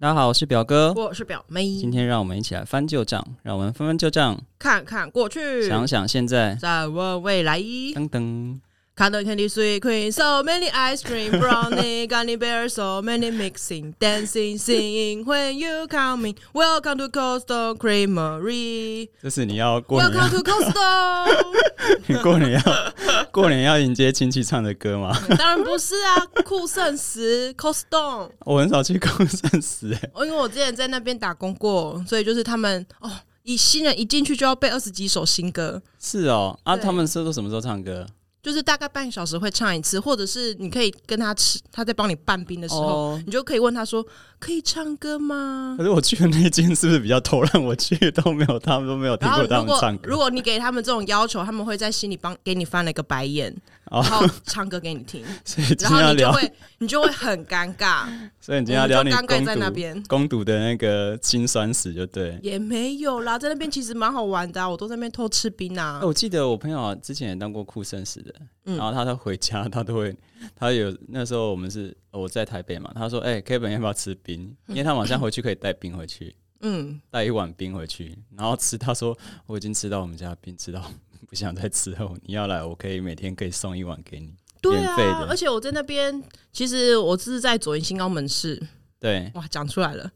大家好，我是表哥。我是表妹，哦今天让我们一起来翻旧账，让我们翻翻旧账，看看过去，想想现在。展望未来。噔噔， Cotton candy, sweet queen, so many ice cream, brownie, gummy bear, so many mixing, dancing, singing. When you coming, welcome to Cold Stone Creamery. 这是你要过年 Welcome to Cold Stone. 要 过年要过年要迎接亲戚唱的歌吗？ 当然不是啊，酷盛时 Cold Stone。我很少去公山死哎、哦因为我之前在那边打工过，所以就是他们哦，一新人一进去就要背二十几首新歌。是哦啊，对他们是都什么时候唱歌？就是大概半个小时会唱一次，或者是你可以跟他吃，他在帮你拌冰的时候，哦你就可以问他说：“可以唱歌吗可是我去的那间是不是比较偷懒？我去都没有，他们都没有？”听然后过他如们唱果歌如。果你给他们这种要求，他们会在心里帮给你翻了一个白眼，哦然后唱歌给你 听，所以今然天后要你就聊，会你就会很尴尬，所以你今天要聊我你们就尴尬攻在那边读攻读的那个辛酸史就对。也没有啦，在那边其实蛮好玩的啊、我都在那边偷吃冰啊哎，我记得我朋友啊之前也当过酷绅士的，嗯然后他他回家他都会，他有那时候我们是我在台北嘛，他说哎、k e v i n 要不要吃冰？因为他晚上回去可以带冰回去，嗯，带一碗冰回去，然后吃。他说我已经吃到我们家的冰，吃到 不想再吃了。你要来，我可以每天可以送一碗给你。对免费啊的，而且我在那边，其实我是在左营新高门市，对哇，讲出来了，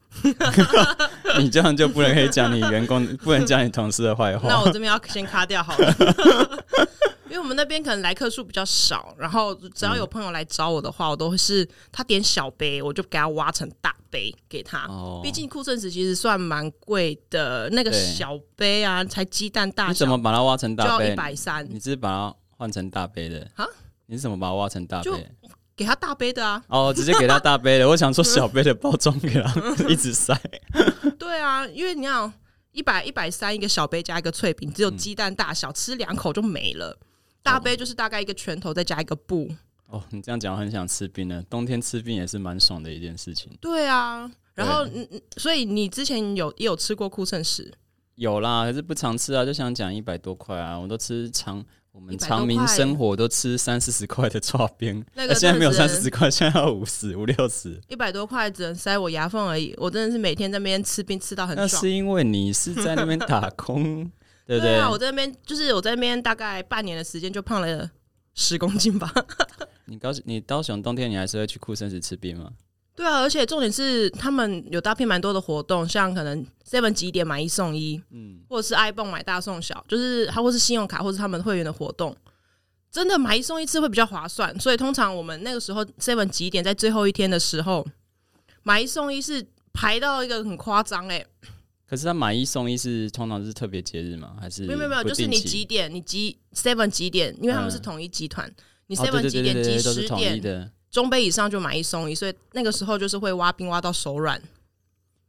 你这样就不能可以讲你员工，不能讲你同事的坏那话我。这边要先卡掉好 了，因为我们那边可能来客数比较少，然后只要有朋友来找我的话，我都会是他点小杯，我就给他挖成大杯给他。哦毕竟库存子其实算蛮贵的，那个对小杯啊，才鸡蛋大你小，怎么把它挖成就大要一杯？百三，你是把它换成大杯的啊？你是怎么把它挖成大就杯？。给他大杯的啊 哦，直接给他大 杯的。我想说小杯的包装给他 一直塞。对啊，因为你要一百一百三一个小杯加一个脆饼，嗯只有鸡蛋大小，吃两口就没了。大杯就是大概一个拳头，再加一个布。哦，你这样讲我很想吃冰了。冬天吃冰也是蛮爽的一件事情。对啊，然后嗯，嗯所以你之前有也有吃过库盛食，有啦，可是不常吃啊，就想讲一百多块啊，我都吃常我们100多常民块生活都吃三四十块的刨冰，那个啊现在没有真三的是四十块，现在要五十五六十。一百多块只能塞我牙缝而已，我真的是每天在那边吃冰吃到很那爽。是因为你是在那边打 工，对不对？对啊，我在那边就是我在那边大概半年的时间就胖了十公斤吧。你高你高雄冬天你还是会去酷生子吃冰吗？对啊，而且重点是他们有搭配蛮多的活动，像可能 Seven 几点买一送一，嗯，或者是 iPhone 买大送小，就是它或是信用卡或是他们会员的活动，真的买一送一次会比较划算。所以通常我们那个时候 Seven 几点在最后一天的时候买一送一是排到一个很夸张哎，可是他买一送一是通常是特别节日吗？还是没有没有没有，不就是定你期几点你几 Seven 几点，因为他们是嗯统一集团，你哦对 Seven 对对对几点对几对都是十统一点的。中杯以上就买一送一，所以那个时候就是会挖冰挖到手软。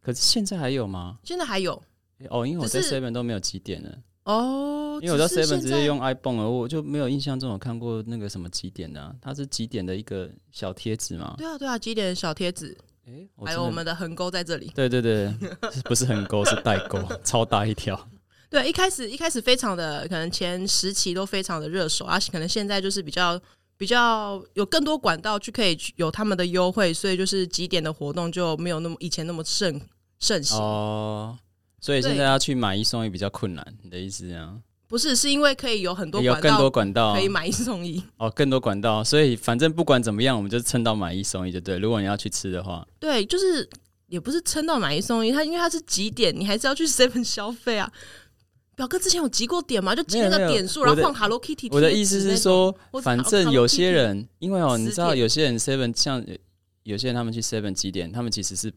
可是现在还有吗？现在还有诶哦，因为我在只是 Seven 都没有几点了，哦，因为我在只是 Seven 直现在接用 iPhone 了，我就没有印象中有看过那个什么几点的、啊，它是几点的一个小贴纸嘛？对啊对啊几点的小贴纸，哎、我还真有的我们的横沟在这里。对对对，不是很勾，是代勾， 超大一 条。对，一开始一开始非常的，可能前十期都非常的热手，而且可能现在就是比较比较有更多管道去可以去有他们的优惠，所以就是几点的活动就没有那么以前那么盛盛行。哦，所以现对在要去买一送一比较困难，你的意思啊？不是，是因为可以有很多有管更多道管道啊可以买一送一。哦，更多管道，所以反正不管怎么样，我们就蹭到买一送一就对。如果你要去吃的话，对，就是也不是撑到买一送一，它因为它是几点，你还是要去 seven 消费啊。表哥之前有集过点嘛，就集没有那没个有点数，我然后的换 Hello Kitty 我的贴意思纸是那种说或，是反烤正烤有肉些片人，因为哦，十你知道点有些人 seven 像呃有些人他们去 seven 几点，他们其实是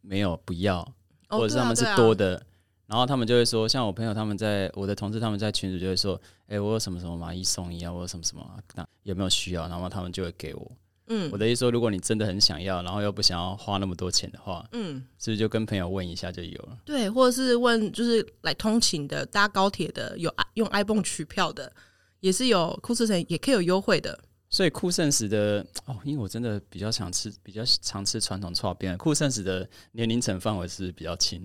没有不要，哦或者是对啊他们是对啊多的，然后他们就会说，像我朋友他们在我的同事他们在群里就会说，哎、我有什么什么买一送一啊，我有什么什么、啊，那有没有需要？然后他们就会给我。嗯我的意思说，如果你真的很想要，然后又不想要花那么多钱的话，嗯。是不是就跟朋友问一下就有了？对，或者是问就是来通勤的、搭高铁的、有啊用 iPhone 取票的，也是有酷驰城也可以有优惠的。所以酷盛时的哦，因为我真的比较想吃，比较常吃传统串边。酷盛时的年龄层范围是不是比较轻，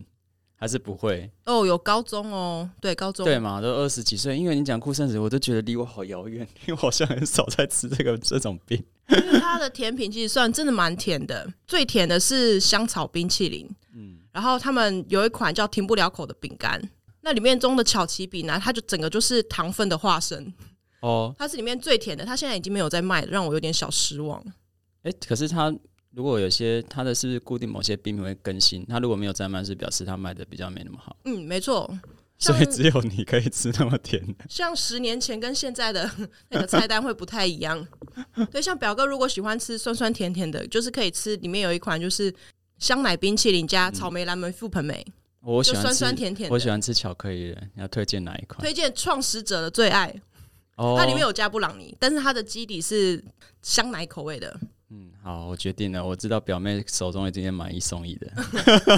还是不会？哦，有高中哦，对，高中对嘛，都二 十几岁。因为你讲酷盛时，我都觉得离我好遥远，因为我好像很少在吃这个这种饼。 因为它的甜品其实算真的蛮甜的，最甜的是香草冰淇淋，嗯，然后他们有一款叫停不了口的饼干，那里面中的巧奇饼呢，它就整个就是糖分的化身，哦，它是里面最甜的，它现在已经没有在卖了，让我有点小失望。哎、可是它如果有些它的是不是固定某些冰品会更新？它如果没有在卖，是表示它卖的比较没那么好，嗯，没错，所以像只有你可以吃那么甜的。像十年前跟现在的那个菜单会不太 一样。对，像表哥如果喜欢吃酸酸甜甜的，就是可以吃里面有一款就是香奶冰淇淋加草莓蓝莓覆盆梅，嗯我喜就欢吃酸酸甜甜的。我喜欢吃巧克力的，你要推荐哪一款？推荐创始者的最爱，哦，它里面有加布朗尼，但是它的基底是香奶口 味的。嗯，好，我决定了，我知道表妹手中有今天买一送 一的。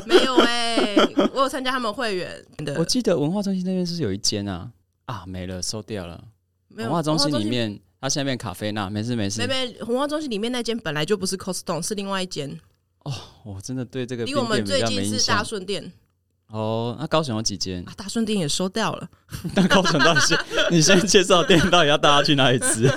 没有哎、我有参加他们会员我的，记得文化中心那边是不是有一间啊啊没了，收掉了。没有文化中心里。面，它现在变咖啡那，没事没事没。没，文化中心里面那间本来就不是 Costco，是另外一间，我真的对这个离我冰店们比最较近没印是大象。顺店哦，那高雄有几间 啊？，大顺店也收掉了。那高雄到底是你先介绍店到底要大家去哪里吃？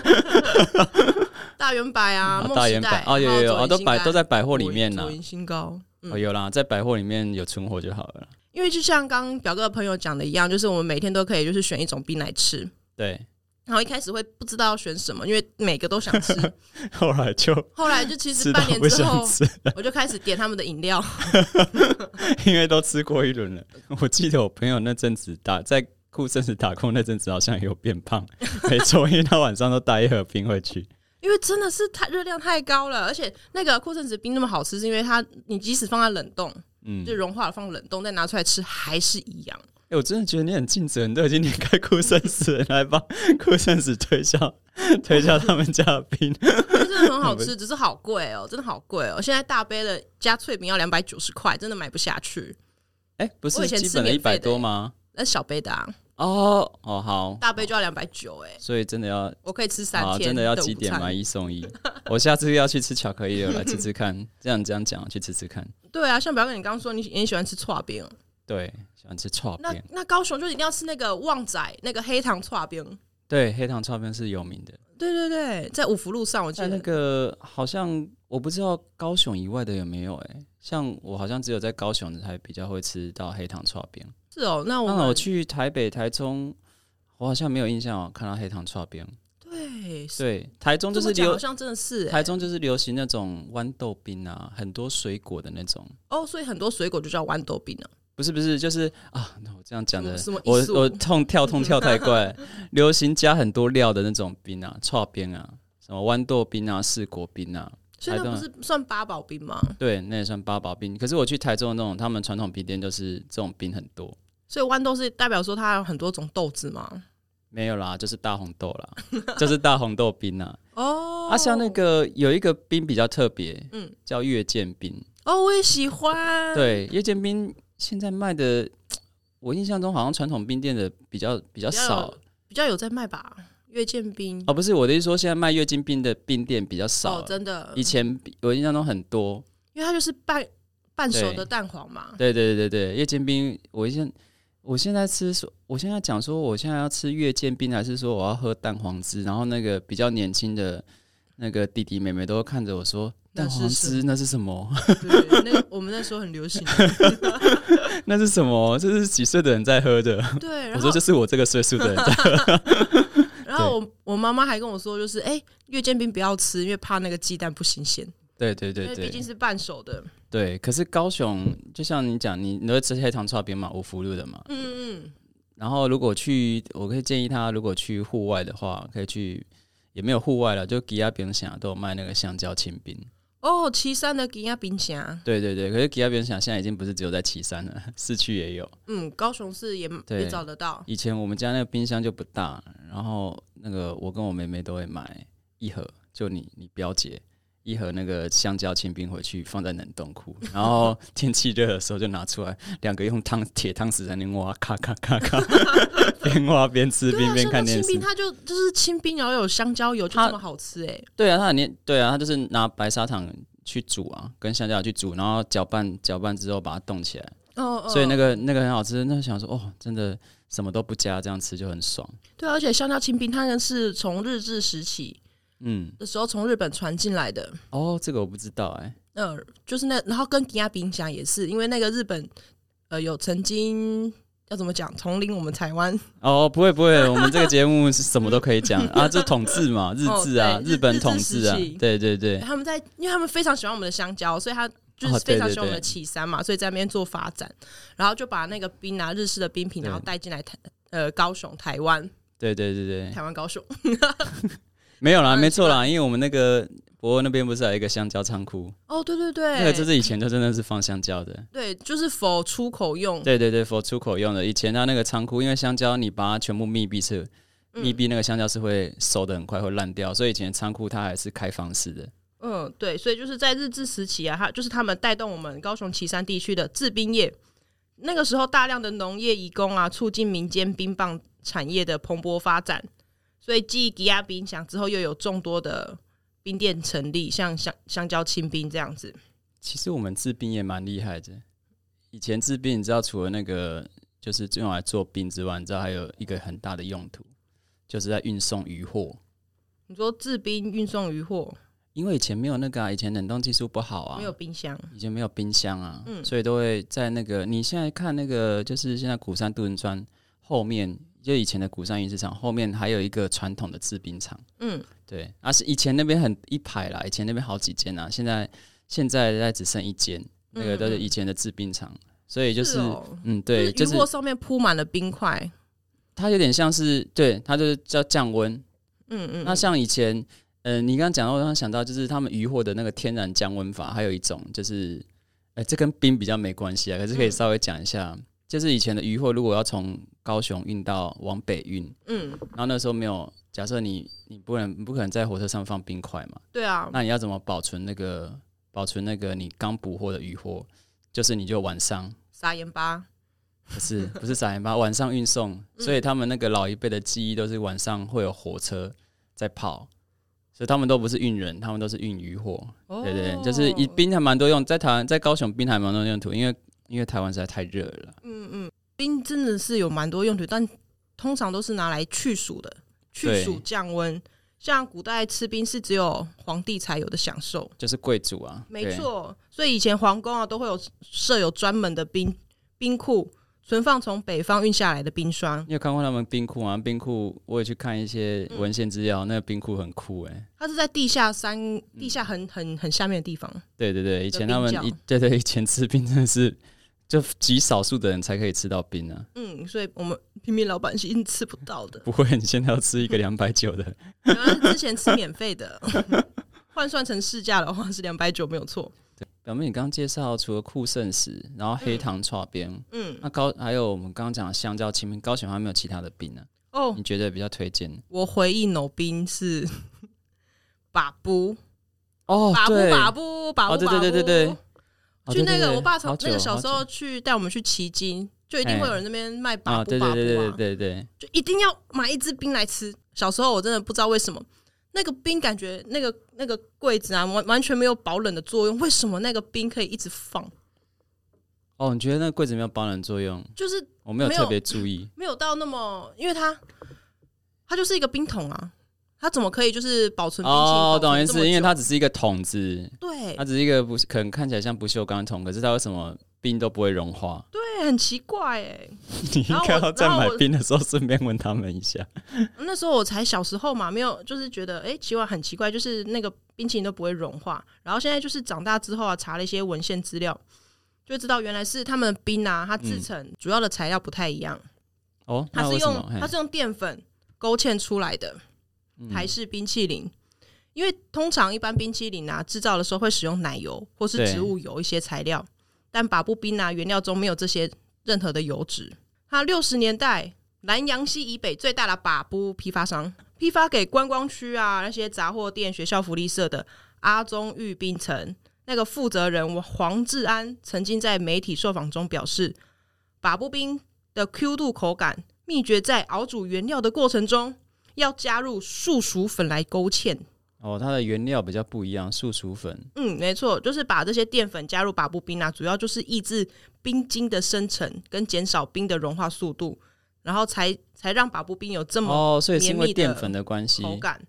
大圆白啊，啊 梦大时圆代百哦，有有有，还哦都百都在百货货里面呢。新高，嗯哦，有啦，在百货里面有存货就好了。因为就像刚刚表哥的朋友讲的一样，就是我们每天都可以就是选一种冰来吃， 对，然后一开始会不知道要选什么，因为每个都 想吃，后来就后来就其实吃到半年不之想后，吃，我就开始点他们的饮料，因为都吃过一轮了。我记得我朋友那阵子打在酷阵子打工那阵子，好像有变胖， 每周一到晚上都带一盒冰回去。因为真的是太热量太高了，而且那个酷圣子冰那么好吃，是因为它你即使放在冷冻，嗯，就融化了放冷冻再拿出来吃还是一样。哎、我真的觉得你很尽责，你都已经离开酷圣死了，来帮 酷圣死推销推销他们家的冰。真的 很好吃，只是好贵哦，真的好贵哦！现在大杯的加脆饼要两百九十块，真的买不下去。哎、不我是以前基吃本的一免费百的欸多吗？那小杯的啊，哦哦，好，大杯就要两百九哎，所以真的要我可以吃三啊，天，真的要几点买 嘛？一送一。我下次要去吃巧克力了，来吃吃看。这样这样讲，去吃吃看。对啊，像表哥你刚刚说你你喜欢吃串冰，对，喜欢吃炒那冰，那高雄就一定要吃那个旺仔那个黑糖串冰。对，黑糖炒冰是有名的。对对对，在五福路上我记在那得个好像我不知道高雄以外的有没有哎、像我好像只有在高雄才比较会吃到黑糖串冰。是哦。那我当们然啊我去台北、台中，我好像没有印象哦，看到黑糖串冰。对是对，台中就这是么讲好流像真的是欸台中就是流行那种豌豆冰啊，很多水果的那种。哦，所以很多水果就叫豌豆啊饼呢。不是不是，就是啊，那我这样讲的什么什，么我艺术 我痛跳痛跳太快了，流行加很多料的那种冰啊，串冰啊，什么豌豆冰啊、四果冰啊，所以那台不中是算八宝冰吗？对，那也算八宝冰。可是我去台中的那种，他们传统冰店就是这种冰很多，所以豌豆是代表说它有很多种豆子吗？没有啦，就是大红豆啦，就是大红豆冰啊。 哦，啊，像那个有一个冰比较特别，嗯嗯，叫月见冰。哦，我也喜欢。，对，月见冰现在卖的，我印象中好像传统冰店的比较比较比较少比较有在卖吧，月见冰哦，不是我的意思说，现在卖月见冰的冰店比较少哦了，真的，以前比我印象中很多。因为它就是半半熟对的蛋黄 嘛。对对对对，月见冰，我现我现在吃说，我现在讲说，我现在要吃月见冰，还是说我要喝蛋黄汁？然后那个比较年轻的那个弟弟妹妹都会看着我说。那蛋是黄什汁那是什么？ 对，那我们那时候很流行。那是什么？这是几岁的人在喝 的？对，我然说后这是我这个岁数的人在。 然后我我妈妈还跟我说，就是哎、月见冰不要吃，因为怕那个鸡蛋不新鲜，对对因对为毕竟对是半熟的。对。可是高雄，就像你讲，你你会吃黑糖串冰嘛，五福路的嘛。嗯嗯然后如果去，我可以建议他，如果去户外的话，可以去也没有户外了，就吉亚冰想都有卖那个香蕉清冰。嗯，哦，岐山的吉亚冰虾，对对对，可是吉亚冰想现在已经不是只有在岐山了， 市区也有。嗯，高雄市也对也找得到。以前我们家那个冰箱就不大，然后那个我跟我妹妹都会买一盒，就你你表姐一盒那个香蕉清冰回去放在冷冻库，然 后天气热的时候就拿出来，两个用汤铁汤匙在那边挖，咔咔咔 咔，边挖边吃对冰啊，边香看蕉电清视冰，。它就就是清冰，然后有香蕉油，就它这么好吃哎、对啊，他很黏，对啊，他就是拿白砂糖去煮啊，跟香蕉去煮，然后搅拌搅拌之后把它冻起来，哦哦，所以那个那个很好吃。那想说哦，真的什么都不加，这样吃就很爽。对啊，而且香蕉清冰它那是从日治时期嗯，的时候从日本传进来的，哦，这个我不知道哎、呃，就是那，然后跟迪亚冰箱也是，因为那个日本呃有曾经要怎么讲，统领我们台湾，哦，不会不 会，我们这个节目是什么都可以讲啊，就统治嘛，日哦治啊，对日本统治啊日治时期，对对对，他们在，因为他们非常喜欢我们的香蕉，所以他就哦是对非常对喜欢我们的对岐山嘛，所以在那边做发展，然后就把那个冰啊日式的冰品，对然后带进来台呃高雄台湾对对对对，台湾高雄，没有啦，嗯没错啦，因为我们那个博恩那边不是有一个香蕉仓库，哦，对对嗯那个就对，是以前就真的是放香蕉的，对，就是否出口用，对对对，for 出口用的。以前它那个仓库，因为香蕉你把它全部密闭是嗯密闭，那个香蕉是会熟的很快，会烂掉，所以以前仓库它还是开放式的。嗯，对，所以就是在日治时期啊，他就是他们带动我们高雄旗山地区的制冰业。那个时候，大量的农业移工啊，促进民间冰棒产业的蓬勃发展。所以，继吉亚冰箱之后，又有众多的冰店成立，像香香蕉清冰这样子。其实我们制冰也蛮厉害的。以前制冰，你知道除了那个就是用来做冰之外，你知道还有一个很大的用途，就是在运送鱼货。你说制冰运送渔货，因为以前没有那个、啊，以前冷冻技术不好啊，没有冰箱，以前没有冰箱啊，嗯所以都会在那个你现在看那个就是现在鼓山渡轮川后面，就以前的鼓山鱼市场后面还有一个传统的制冰厂，嗯，对，啊是以前那边很一排啦，以前那边好几间啊，现在现在在只剩一间，那个都是以前的制冰厂，所以就是。嗯哦嗯，对，就就是是渔货上面铺满了冰块，它有点像是，对，它就是叫降温。嗯嗯，那像以前，嗯、你刚刚讲到，我刚刚想到就是他们渔获的那个天然降温法，还有一种就是，呃，这跟冰比较没关系啊，可是可嗯以稍微讲一下，就是以前的渔获如果要从高雄运到往北运，嗯，然后那时候没有，假设你你不能你不可能在火车上放冰块嘛，对啊，那你要怎么保存那个保存那个你刚捕获的渔获？就是你就晚上撒盐巴，不是不是撒盐巴， 晚上运送，嗯所以他们那个老一辈的记忆都是晚上会有火车在跑，所以他们都不是运人，他们都是运渔货。哦对对，就是以冰还蛮多用，在台湾在高雄冰还蛮多用途，因为因为台湾实在太热了。嗯嗯，冰真的是有蛮多用途，但通常都是拿来去暑的，去对暑降温。像古代吃冰是只有皇帝才有的享受，就是贵族啊，嗯没对，错。所以以前皇宫啊都会有设有专门的冰冰库，存放从北方运下来的冰霜。你有看过他们冰库吗？冰库我也去看一些嗯文献资料，那个冰库很酷哎、它是在地下山、地下很很很下面的地方。对对对，以前他们冰窖以对对以前吃冰 真的是就极少数的人才可以吃到冰啊，，嗯，所以我们平民老百姓吃不到的 不会你现在要吃一个两百九的，原来之前吃免费的，换算成市价的话是两百九，没有错。表妹，你刚刚介绍除了酷圣石，然后黑糖串冰，嗯，那高还有我们刚刚讲的香蕉清冰，高雄还有没有其他的冰呢、哦，你觉得比较推荐？我回忆某冰是 把布，哦把布，对，把布，把布，哦对对对对对哦就对那对个对我爸从好久啊那个小时候好久去带我们去骑金，就一定哎会有人那边卖把啊，布对把对对布对啊，对对，就一定要买一支冰来吃。小时候我真的不知道为什么那个冰感觉那个那个柜子啊完完全没有保冷的作用，为什么那个冰可以一直放？哦，你觉得那个柜子没有保暖作用？就是我没有没有特别注意，没有到那么，因为它它就是一个冰桶啊，它怎么可以就是保存冰淇淋哦保，懂存意这么思，因为久它只是一个桶子，对它只是一个不可能看起来像不锈钢桶，可是它为什么冰都不会融 化？对，很奇怪哎、你应然后该我要在然后买我冰的时候顺便问他们一下。那时候我才小时候嘛，没有就是觉得哎、诶奇怪，很奇怪，就是那个冰淇淋都不会融化。然后现在就是长大之后啊，查了一些文献资料，就知道原来是他们的冰啊，它制成主要的材料不太一样，哦，嗯它那是为什用么？嘿它是用淀粉勾芡出来的台式冰淇淋。因为通常一般冰淇淋啊，制造的时候会使用奶油或是对植物油一些材料，但把布冰啊原料中没有这些任何的油脂。它六十年代南洋溪以北最大的把布批发商，批发给观光区啊那些杂货店、学校福利社的阿中玉冰城。那个负责人黄志安曾经在媒体受访中表示，把布冰的 Q 度口感秘诀在熬煮原料的过程中，要加入树薯粉来勾芡。哦，它的原料比较不一样，素薯粉。嗯，没错，就是把这些淀粉加入把布冰啊，主要就是抑制冰晶的生成跟减少冰的融化速度，然后才才让把布冰有这么哦，所以是绵因为密淀的粉的关系，口感。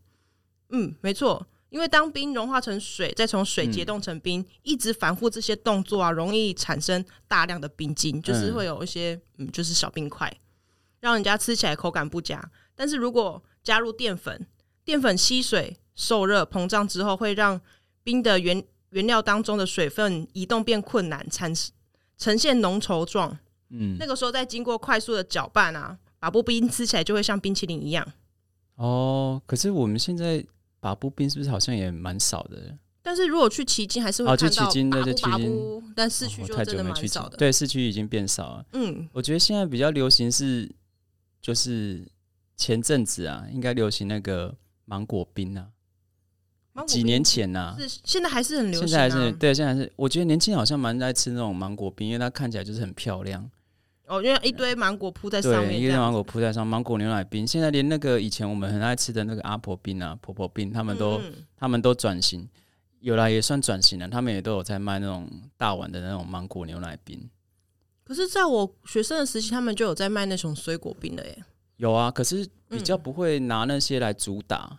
嗯，没错，因为当冰融化成水，再从水解冻成冰，一直反复这些动作啊，容易产生大量的冰晶，就是嗯会有一些嗯，就是小冰块，让人家吃起来口感不佳。但是如果加入淀粉，淀粉吸水受热膨胀之后，会让冰的原原料当中的水分移动变困难，产呈现浓稠状。嗯，那个时候再经过快速的搅拌啊，把布冰吃起来就会像冰淇淋一样。哦，可是我们现在把布冰是不是好像也蛮少的？但是如果去旗津，还是会哦看去到旗津对拔对布旗拔津布但市区哦我就太真久的没蛮去少景，的。对，市区已经变少了。嗯，我觉得现在比较流行是，就是前阵子啊，应该流行那个芒果冰啊，芒果几冰年前呐、是现在还是很流现行在还啊。是对，现在还是我觉得年轻人好像蛮爱吃那种芒果冰，因为它看起来就是很漂亮。哦，因为一堆芒果铺在上对，面一这个样芒果铺在上，芒果牛奶冰。现在连那个以前我们很爱吃的那个阿婆冰啊、婆婆冰，他们都、嗯嗯他们都转型，有啦也算转型了，他们也都有在卖那种大碗的那种芒果牛奶冰。可是在我学生的时期，他们就有在卖那种水果冰了耶。有啊，可是比较嗯不会拿那些来主打。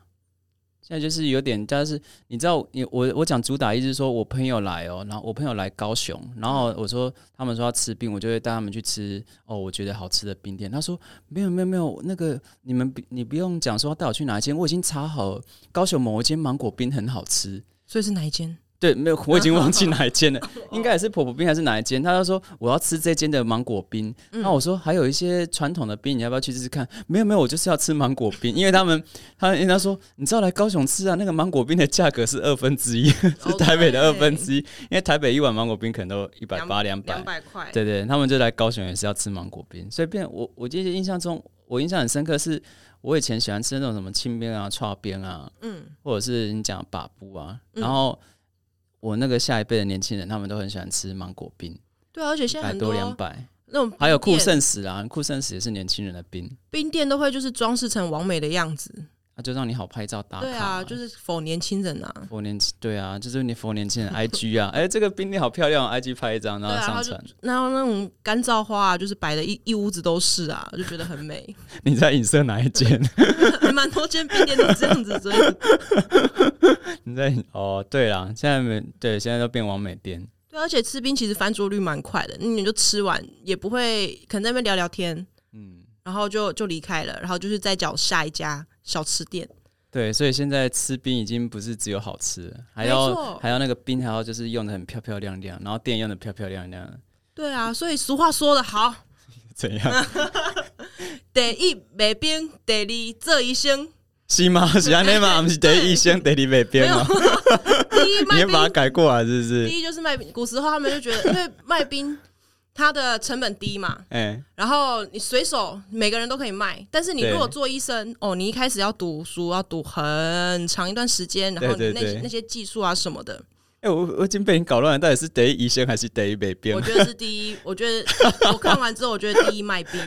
现在就是有点，但是你知道，你我我讲主打意思是说我朋友来哦、然后我朋友来高雄，然后我说他们说要吃冰，我就会带他们去吃哦，我觉得好吃的冰店。他说没有没有没有，那个你们不你不用讲说要带我去哪一间，我已经查好了高雄某一间芒果冰很好吃，所以是哪一间？对，没有，我已经忘记哪一间了，应该也是婆婆冰还是哪一间？他就说我要吃这间的芒果冰，那、我说还有一些传统的冰，你要不要去试试看？没有没有，我就是要吃芒果冰，因为他们他人家说你知道来高雄吃啊，那个芒果冰的价格是二分之一， 是哦台北的二分之一，因为台北一碗芒果冰可能都一百八两百两，百块。对对，他们就来高雄也是要吃芒果冰，所以变我我记得印象中我印象很深刻是，我以前喜欢吃那种什么清冰啊、串冰啊，嗯，或者是你讲把布啊，嗯然后我那个下一辈的年轻人，他们都很喜欢吃芒果冰，对啊，而且现百在很多两百，那种还有冰酷店盛史啊，酷盛史也是年轻人的冰，冰店都会就是装饰成完美的样子。啊，就让你好拍照打卡对嘛、啊，就是否年轻人啊。佛年轻对啊，就是你佛年轻人 IG 啊，哎、 这个冰店好漂亮、i g 拍一张然对后啊上他就传，然后那种干燥花啊，就是摆的一一屋子都是啊，就觉得很美。你在影射哪一间？蛮多间冰店都这样 子，所以你在哦，对啦，现在没对，现在都变完美店，对，而且吃冰其实翻桌率蛮快的，你就吃完也不会，可能在那边聊聊天，嗯，然后就就离开了，然后就是再找下一家小吃店。对，所以现在吃冰已经不是只有好吃了，还没要错还要那个冰还要就是用的很漂漂亮亮，然后店用的漂漂亮亮，对啊，所以俗话说得好，怎样？第一卖冰，第二这一生， 是吗？是安内吗？ 不是第一生第二北没边有吗？， 第一你卖也把它冰，改过来是不是？第一就是卖冰。古时候他们就觉得，因为卖冰它的成本低嘛，哎、然后你随手每个人都可以卖，但是你对如果做医生，哦，你一开始要读书，要读很长一段时间，然后对对你那些对那些技术啊什么的，哎、我我已经被你搞乱了，到底是第一生还是第一北边我？觉得是第一。我觉得我看完之后，我觉得第一卖冰，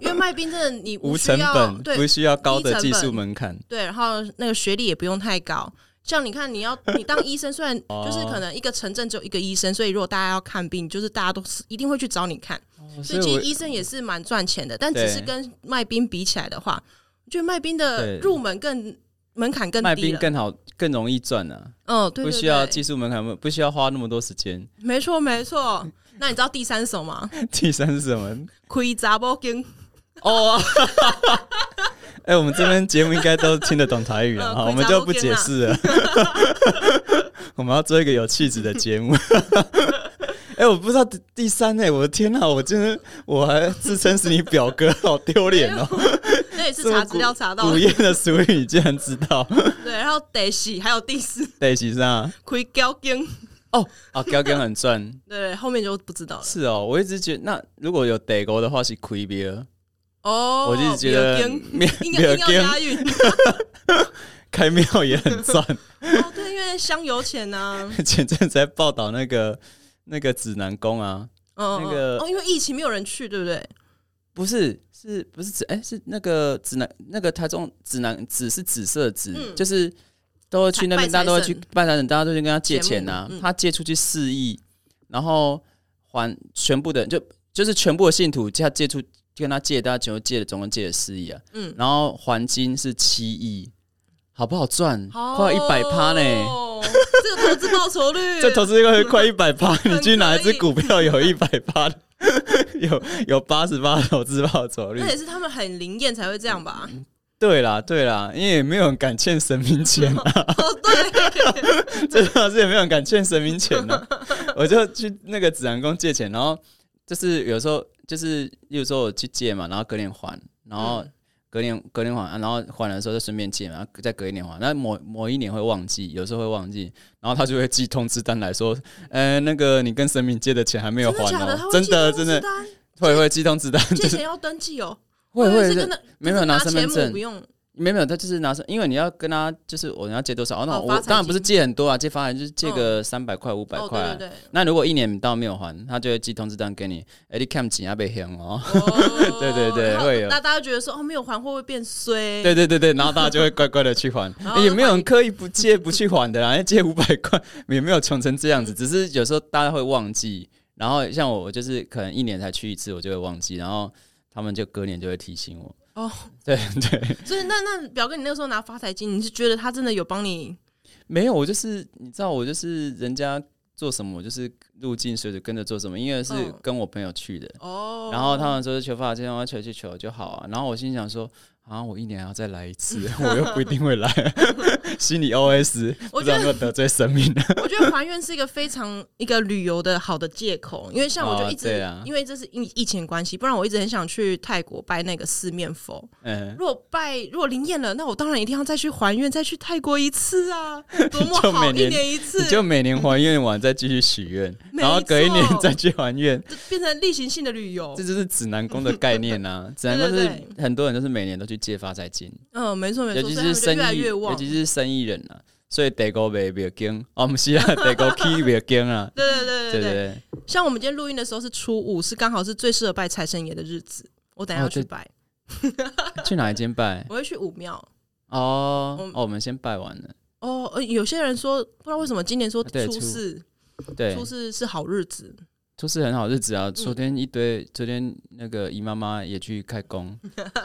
因为卖冰真的你无 需成要本，对不需要高低的成技本术门槛。对，然后那个学历也不用太高。像你看，你要你当医生，虽然就是可能一个城镇只有一个医生，所以如果大家要看病，就是大家都是一定会去找你看。所以其哦我实医生也是蛮赚钱的，但对只是跟卖冰比起来的话，我觉得卖冰的对入门更门槛更卖低冰了。更好，更容易赚啊，嗯，对不对对，需要技术门槛，不需要花那么多时间。没错没错。那你知道第三首吗？ 第三是什么？亏杂包跟 哦，哎、我们这边节目应该都听得懂台 语了，嗯好，回我们家就都不听解啦释了。 我们要做一个有气质的节目。哎、我不知道第第三哎、我的天呐、我真的我还自称是你表哥，好丢脸 哦！那也是这么查古资料查到古的，谚的俗语你竟然知道？对，然后得洗，还有第四对，其实啊，亏交经， 哦，啊，高跟很赚，对，后面就不知道了。是哦，我一直觉得那如果有得勾的话是亏别了，哦，我就觉得有经没 应没该有硬要跟押韵开庙也很赚。 哦，对，因为香油钱啊呐、前阵子在报道那个那个指南宫啊，嗯，那个嗯哦，因为疫情没有人去，对不对？不是，是不是紫？哎、是那个紫南，那个台中紫南紫是紫色的紫，嗯就是都会去那边，拜大家都会去拜财神拜财神，大家都去跟他借钱呐、节目嗯他借出去四亿，然后还全部的就就是全部的信徒，他借出跟他借，大家全部借了，总共借了四亿啊，嗯，然后还金是七亿。好不好赚？快一百趴呢！哦，这个投资报酬率， 这投资会快一百趴，你去哪一只可以股票有一百趴？ 有有八十八投资报酬率嗯那？也是他们很灵验才会这样吧？对啦，对啦，因为也没有人敢欠神明钱 啊，哦，对，真的是也没有人敢欠神明钱 呢、我就去那个指南宫借钱，然后就是有时候就是，例如说我去借嘛，然后隔年还，然后嗯隔年隔年还，啊然后还的时候就顺便借嘛，然后再隔一年还。那某某一年会忘记，有时候会忘记，然后他就会寄通知单来说，呃，那个你跟神明借的钱还没有真还的假的？哦他，会真寄的通真知的 单会会寄通知单，就借是钱要登记哦，会我以为会是是真的没有拿拿身份钱母证不，用没有没有，他就是拿上，因为你要跟他就是我要借多少，哦那哦我发我财当然不是金借很多啊，借发财就是借个三百块五百哦，块啊。对对对。那如果一年到没有还，他就会寄通知单给你，哎，你看钱要被还 哦。 哦对对对然后会有那大家觉得说哦，没有还会不会变衰？对对对对，然后大家就会乖乖的去 还，然哎后也没有人刻意不借不去还的 啦，借五百哦块也没有穷成这样子，只是有时候大家会忘记，然后像我，我就是可能一年才去一次，我就会忘记，然后他们就隔年就会提醒我。哦， 对对，所以那那表哥，你那个时候拿发财金，你是觉得他真的有帮你？没有，我就是你知道，我就是人家做什么，我就是入境随着跟着做什么，因为是嗯跟我朋友去的，哦，然后他们说求发这样，我要求去求就好啊。然后我心想说，啊，我一年还要再来一次， 我又不一定会 来，心里 OS，不我知道有觉没有得罪神 明。我觉得还愿是一个非常一个旅游的好的借口，因为像我就一直，哦对啊因为这是疫疫情关系，不然我一直很想去泰国拜那个四面佛。嗯，如果拜如果灵验了，那我当然一定要再去还愿，再去泰国一次 啊，多么就好，每年一年一次你，就每年还愿完再继续许愿，没然后隔一年错再去还 愿。就变成例行性的旅游这。就是指南宫的概念 啊！指南宫对是对很多人都是每年都去借发财金，嗯，没错没尤错，其所以他是们就生越来意，越尤旺。其是生意人啊，所以得go 袂袂惊，哦，不是啊，得go key 袂惊啊，对对对对对对对，对，像我们今天录音的时候是初五，是刚好是最适合拜财神爷的日子。我等一下要哦去对拜，去哪一间拜？ 我会去武庙。哦我们，哦，我们先拜完了，哦，呃有些人说不知道为什么今年说对初初四，对初，四是好日子，初四很好日子嗯啊！昨天一堆，昨天那个姨妈妈也去开 工，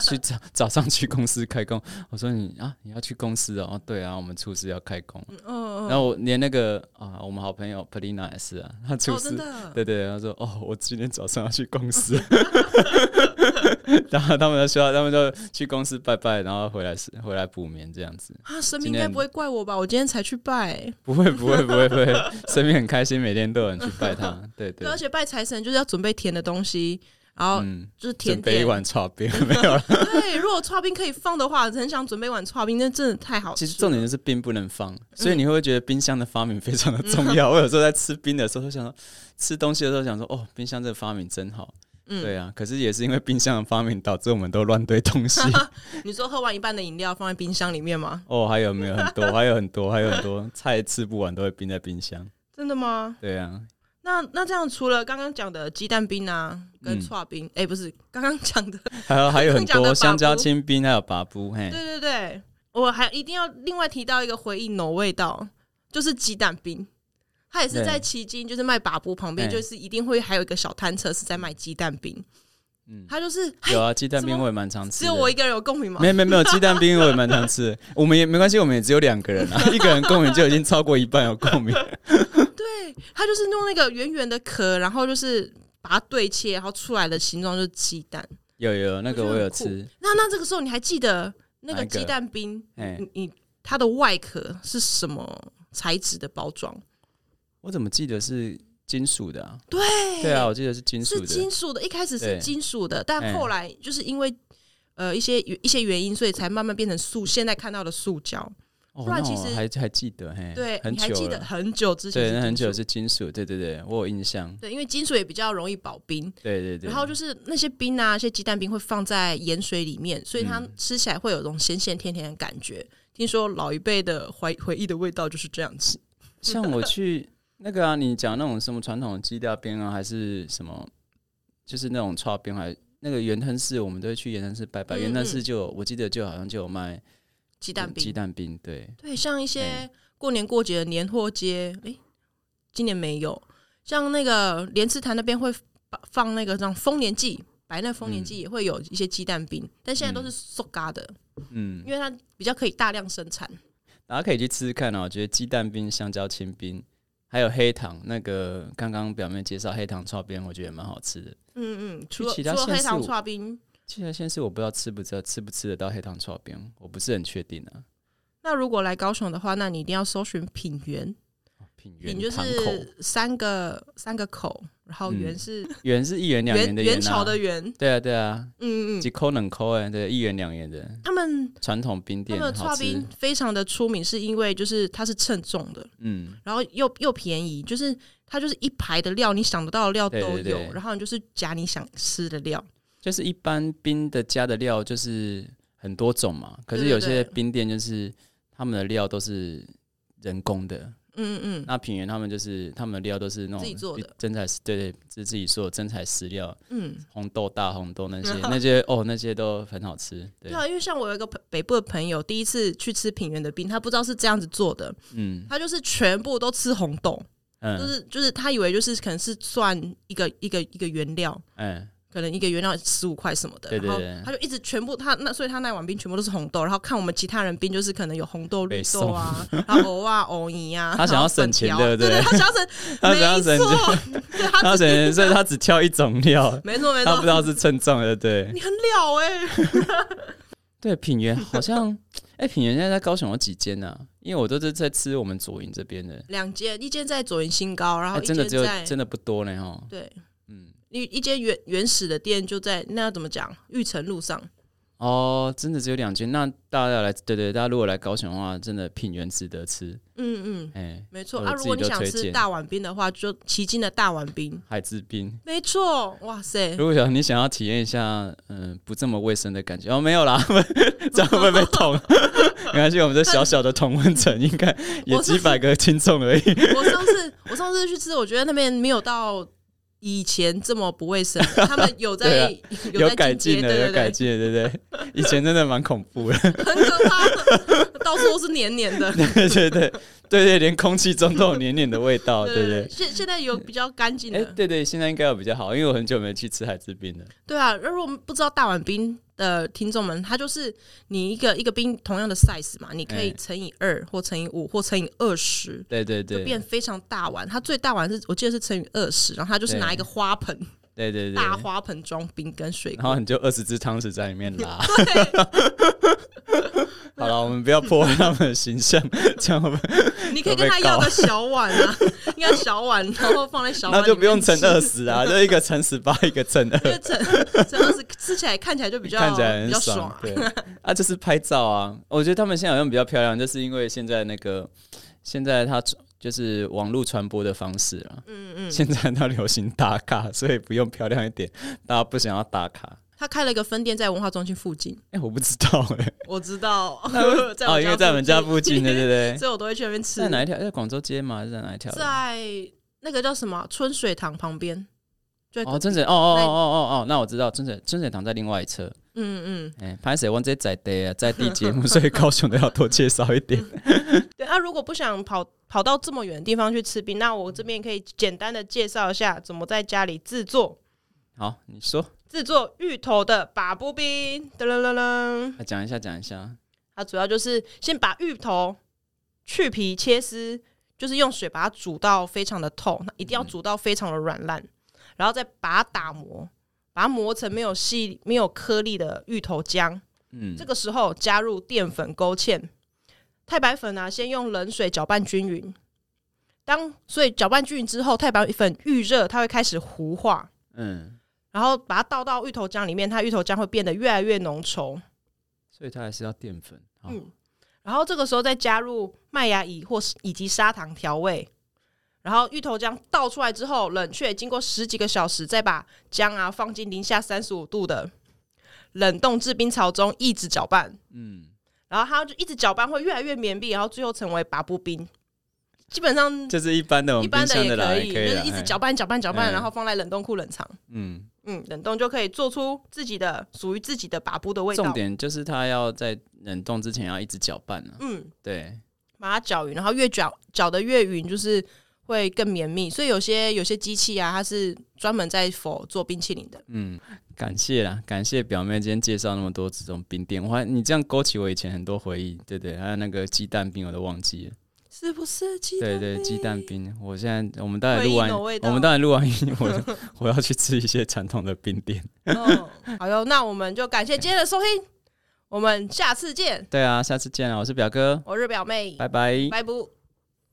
去早早上去公司开工。我说你啊，你要去公司哦？哦对啊，我们初四要开工。嗯嗯，然后我连那个啊，我们好朋友 Pelina 也是啊，她初哦，真四，的，对对对，她说哦，我今天早上要去公司，然后他们就说，他们就去公司拜拜，然后回来是回来补眠这样子。啊，神明今应天该不会怪我吧？我今天才去拜，不会不会不会不会，身边很开心，每天都有人去拜他。 对对对，而且拜财神就是要准备甜的东西，然后嗯，就是甜准备一点。碗炒冰没有了。 对，如果刨冰可以放的话，很想准备一碗刨冰，那真的太好吃其了。实重点就是冰不能嗯放，所以你会不会觉得冰箱的发明非常的重 要？我有时候在吃冰的时候，想说吃东西的时候想说，哦，冰箱这个发明真好。嗯对啊，可是也是因为冰箱的发明，导致我们都乱堆东西。你说喝完一半的饮料放在冰箱里面吗？哦，还有没有很多？还有很多，还有很多菜吃不完都会冰在冰箱。真的吗？对啊，那那这样，除了刚刚讲的鸡蛋冰啊，跟嗯刨冰，哎、不是刚刚讲的还有还有很刚讲的多拔香蕉布清冰，还有拔布，嘿，对对对，我还一定要另外提到一个回忆某味道，就是鸡蛋冰。它也是对在旗津，就是卖把布旁边，哎就是一定会还有一个小摊车是在卖鸡蛋冰。嗯它就是有嘿，啊，鸡蛋怎冰么我也蛮常吃只的。有我一个人有共鸣吗？没有没有没有，鸡蛋冰我也蛮常吃的。我们也没关系，我们也只有两个人啊，一个人共鸣就已经超过一半有共鸣。对，它就是弄那个圆圆的壳，然后就是把它对切，然后出来的形状就是鸡蛋。有有那个我有吃，那那这个时候你还记得那哪个一个鸡蛋冰，哎，你你它的外壳是什么材质的包装？我怎么记得是金属的啊？对，对啊，我记得是金属哎是的。金属的，一开始是对嗯金属的，但后来就是因为呃一些一些原因，所以才慢慢变成塑，现在看到的塑胶。哦，不然那其我实还还记得，嘿，对，哎很你还久记得了，很久之前对，是那很金久属是金属，对对对，我有印象，对，因为金属也比较容易保冰，对对对。然后就是那些冰啊，一些鸡蛋冰会放在盐水里面，所以它嗯吃起来会有种咸咸甜甜的感觉。听说老一辈的回回忆的味道就是这样子。像我去那个啊，你讲那种什么传统的鸡蛋冰啊，还是什么，就是那种串冰，还那个圆吞寺，我们都会去圆吞寺拜拜。嗯圆吞嗯寺就有我记得就好像就有卖鸡蛋鸡冰，蛋冰，对，对，像一些哎过年过节的年货街，诶，今年没有。像那个莲池潭那边会放放那个这样丰年祭，白嫩丰年鸡也会有一些鸡蛋饼，但现在都是速嘎的，嗯，因为它比较可以大量生产。大家可以去吃吃看啊。我觉得鸡蛋冰、香蕉清冰，还有黑糖，那个刚刚表妹介绍黑糖炒冰，我觉得也蛮好吃的。嗯嗯，除了其除他了县黑市糖我刨冰，其实先是我不知道吃不知道吃不吃得到黑糖炒冰，我不是很确定啊。那如果来高雄的话，那你一定要搜寻品源，品源品就堂口， 是三个三个口，然后嗯源是元是一元两元元的元啊朝的元。对啊对啊，嗯嗯，几扣冷扣哎，对，一元两元的他们传统冰他店们的好刨吃冰，非常的出名，是因为就是它是称重的，嗯，然后又又便宜，就是它就是一排的料，你想得到的料都对有，对对然后你就是夹你想吃的料。就是一般冰的加的料就是很多种嘛，可是对对有些对冰店就是他们的料都是人工的，嗯嗯那品源他们就是他们的料都是那种自己做的真材实对对，是自己做的真材实料，嗯，红豆大红豆 那些那些哦那些都很好吃，对对，啊，因为像我有一个朋北部的朋友，第一次去吃品源的冰，他不知道是这样子做的，嗯他就是全部都吃红豆，就嗯是就是他以为就是可能是算一个一个一个原料，嗯，可能一个原料十五块什么的，对对然对后他就一直全部他那所以他那碗冰全部都是红豆，然后看我们其他人冰就是可能有红豆、北绿宋豆啊，然后藕啊、藕泥啊， 他想要然后粉省钱条对不对对他想要省，他想要省没错，对 他他只，可能所以他只挑一种料 没错没他不知错，道是称重的，对你很了哎、对，品源好像哎品源现在在高雄有几间呢？因为我都是在吃我们左营这边的，两间，一间在左营新高，然后哎哦一真的间只有在、真的不多呢哈，对。嗯一一间原原始的店就在那要怎么讲？玉成路上，哦，真的只有两间，那大家来对对，大家如果来高雄的话，真的品源值得吃，嗯嗯，哎，没错我啊。自己如果你都想推吃荐大碗冰的话，就奇经的大碗冰，海之冰。没错，哇 塞，如果想你想要体验一下，嗯、不这么卫生的感觉，哦，没有啦， 这样会被捅。 没关系，我们这小小的同温层应该也我是几百个听众而已。我上次我上次去吃，我觉得那边没有到以前这么不卫生，他们有在、 对在有改进进阶的，对有改对进的，对不对？以前真的蛮恐怖的，对，很可怕，到处都是黏黏的。对对对对对，连空气中都有黏黏的味道，对哦对不对，对？现现在有比较干净哎、的，对对，现在应该有比较好，因为我很久没去吃海之冰了。对啊。那如果我们不知道大碗冰的听众们，它就是你一个一个冰同样的 size 嘛，你可以哎乘以二或乘以五或乘以二十，对对就对，变非常大碗。它最大碗是我记得是乘以二十，然后它就是对拿一个花盆，对对对，大花盆装冰跟水然后果。你就二十只汤匙在里面拉。对， 好了，我们不要破坏他们的形象，这样会不会你可以跟他要个小碗啊，应该小碗，然后放在小碗，那就不用乘二，十啊，就一个乘十八，一个乘二，因为乘乘二十吃起来看起来就比较看起来很比较爽啊。。对， 啊，就是拍照啊，我觉得他们现在好像比较漂亮，就是因为现在那个现在它就是网络传播的方式啊，嗯嗯，现在它流行打卡，所以不用漂亮一点，大家不想要打卡。他开了一个分店在文化中心附近，哎、我不知道哎、我知道， 在哦，因为在我们家附近，对的，对对， 所以我都会去那边吃在。哪一条？在广州街吗？还是在哪一条？啊在那个叫什么啊春水堂旁边，就哦，真水，哦哦哦哦哦，那我知道，真水真水堂在另外一侧。嗯嗯，哎、拍谁？我们这在地啊，在地节目，所以高雄的要多介绍一 点。对啊。如果不想跑跑到这么远的地方去吃冰，那我这边可以简单的介绍一下怎么在家里制作。好，你说，制作芋头的把布冰，噔噔噔噔，啊讲一下，讲一下。它主要就是先把芋头去皮切丝，就是用水把它煮到非常的透，那一定要煮到非常的软烂，然后再把它打磨，把它磨成没有细、没有颗粒的芋头浆。嗯这，个时候加入淀粉勾芡，太白粉啊，先用冷水搅拌均匀。当所以搅拌均匀之后，太白粉预热，它会开始糊化。嗯，然后把它倒到芋头浆里面，它芋头浆会变得越来越浓稠。所以它还是要淀粉。好嗯然后这个时候再加入麦芽乙或是以及砂糖调味。然后芋头浆倒出来之后冷却，经过十几个小时，再把姜啊放进零下三十五度的冷冻制冰槽中一直搅拌，嗯，然后它就一直搅拌会越来越绵密，然后最后成为拔布冰。基本上就是一般的我一们般冰的箱也啦，可也以，可以就啦是一直嘿搅拌搅拌搅拌，嗯然后放在冷冻库冷藏。嗯，嗯，冷冻就可以做出自己的属于自己的拔布的味道重。点就是它要在冷冻之前要一直搅拌啊。嗯，对，把它搅匀，然后越搅搅得越匀，就是会更绵密，所以有些有些机器啊，它是专门在否做冰淇淋的。嗯，感谢啦，感谢表妹今天介绍那么多这种冰店，我还你这样勾起我以前很多回忆，对对，还有那个鸡蛋冰我都忘记了，是不是鸡对对，鸡蛋冰，我现在我们待会录回忆完，的味道我们待会录完音，我 我要去吃一些传统的冰店，哦，好哟，那我们就感谢今天的收听，我们下次见。对啊，下次见啊，我是表哥，我是表妹，拜拜。拜不。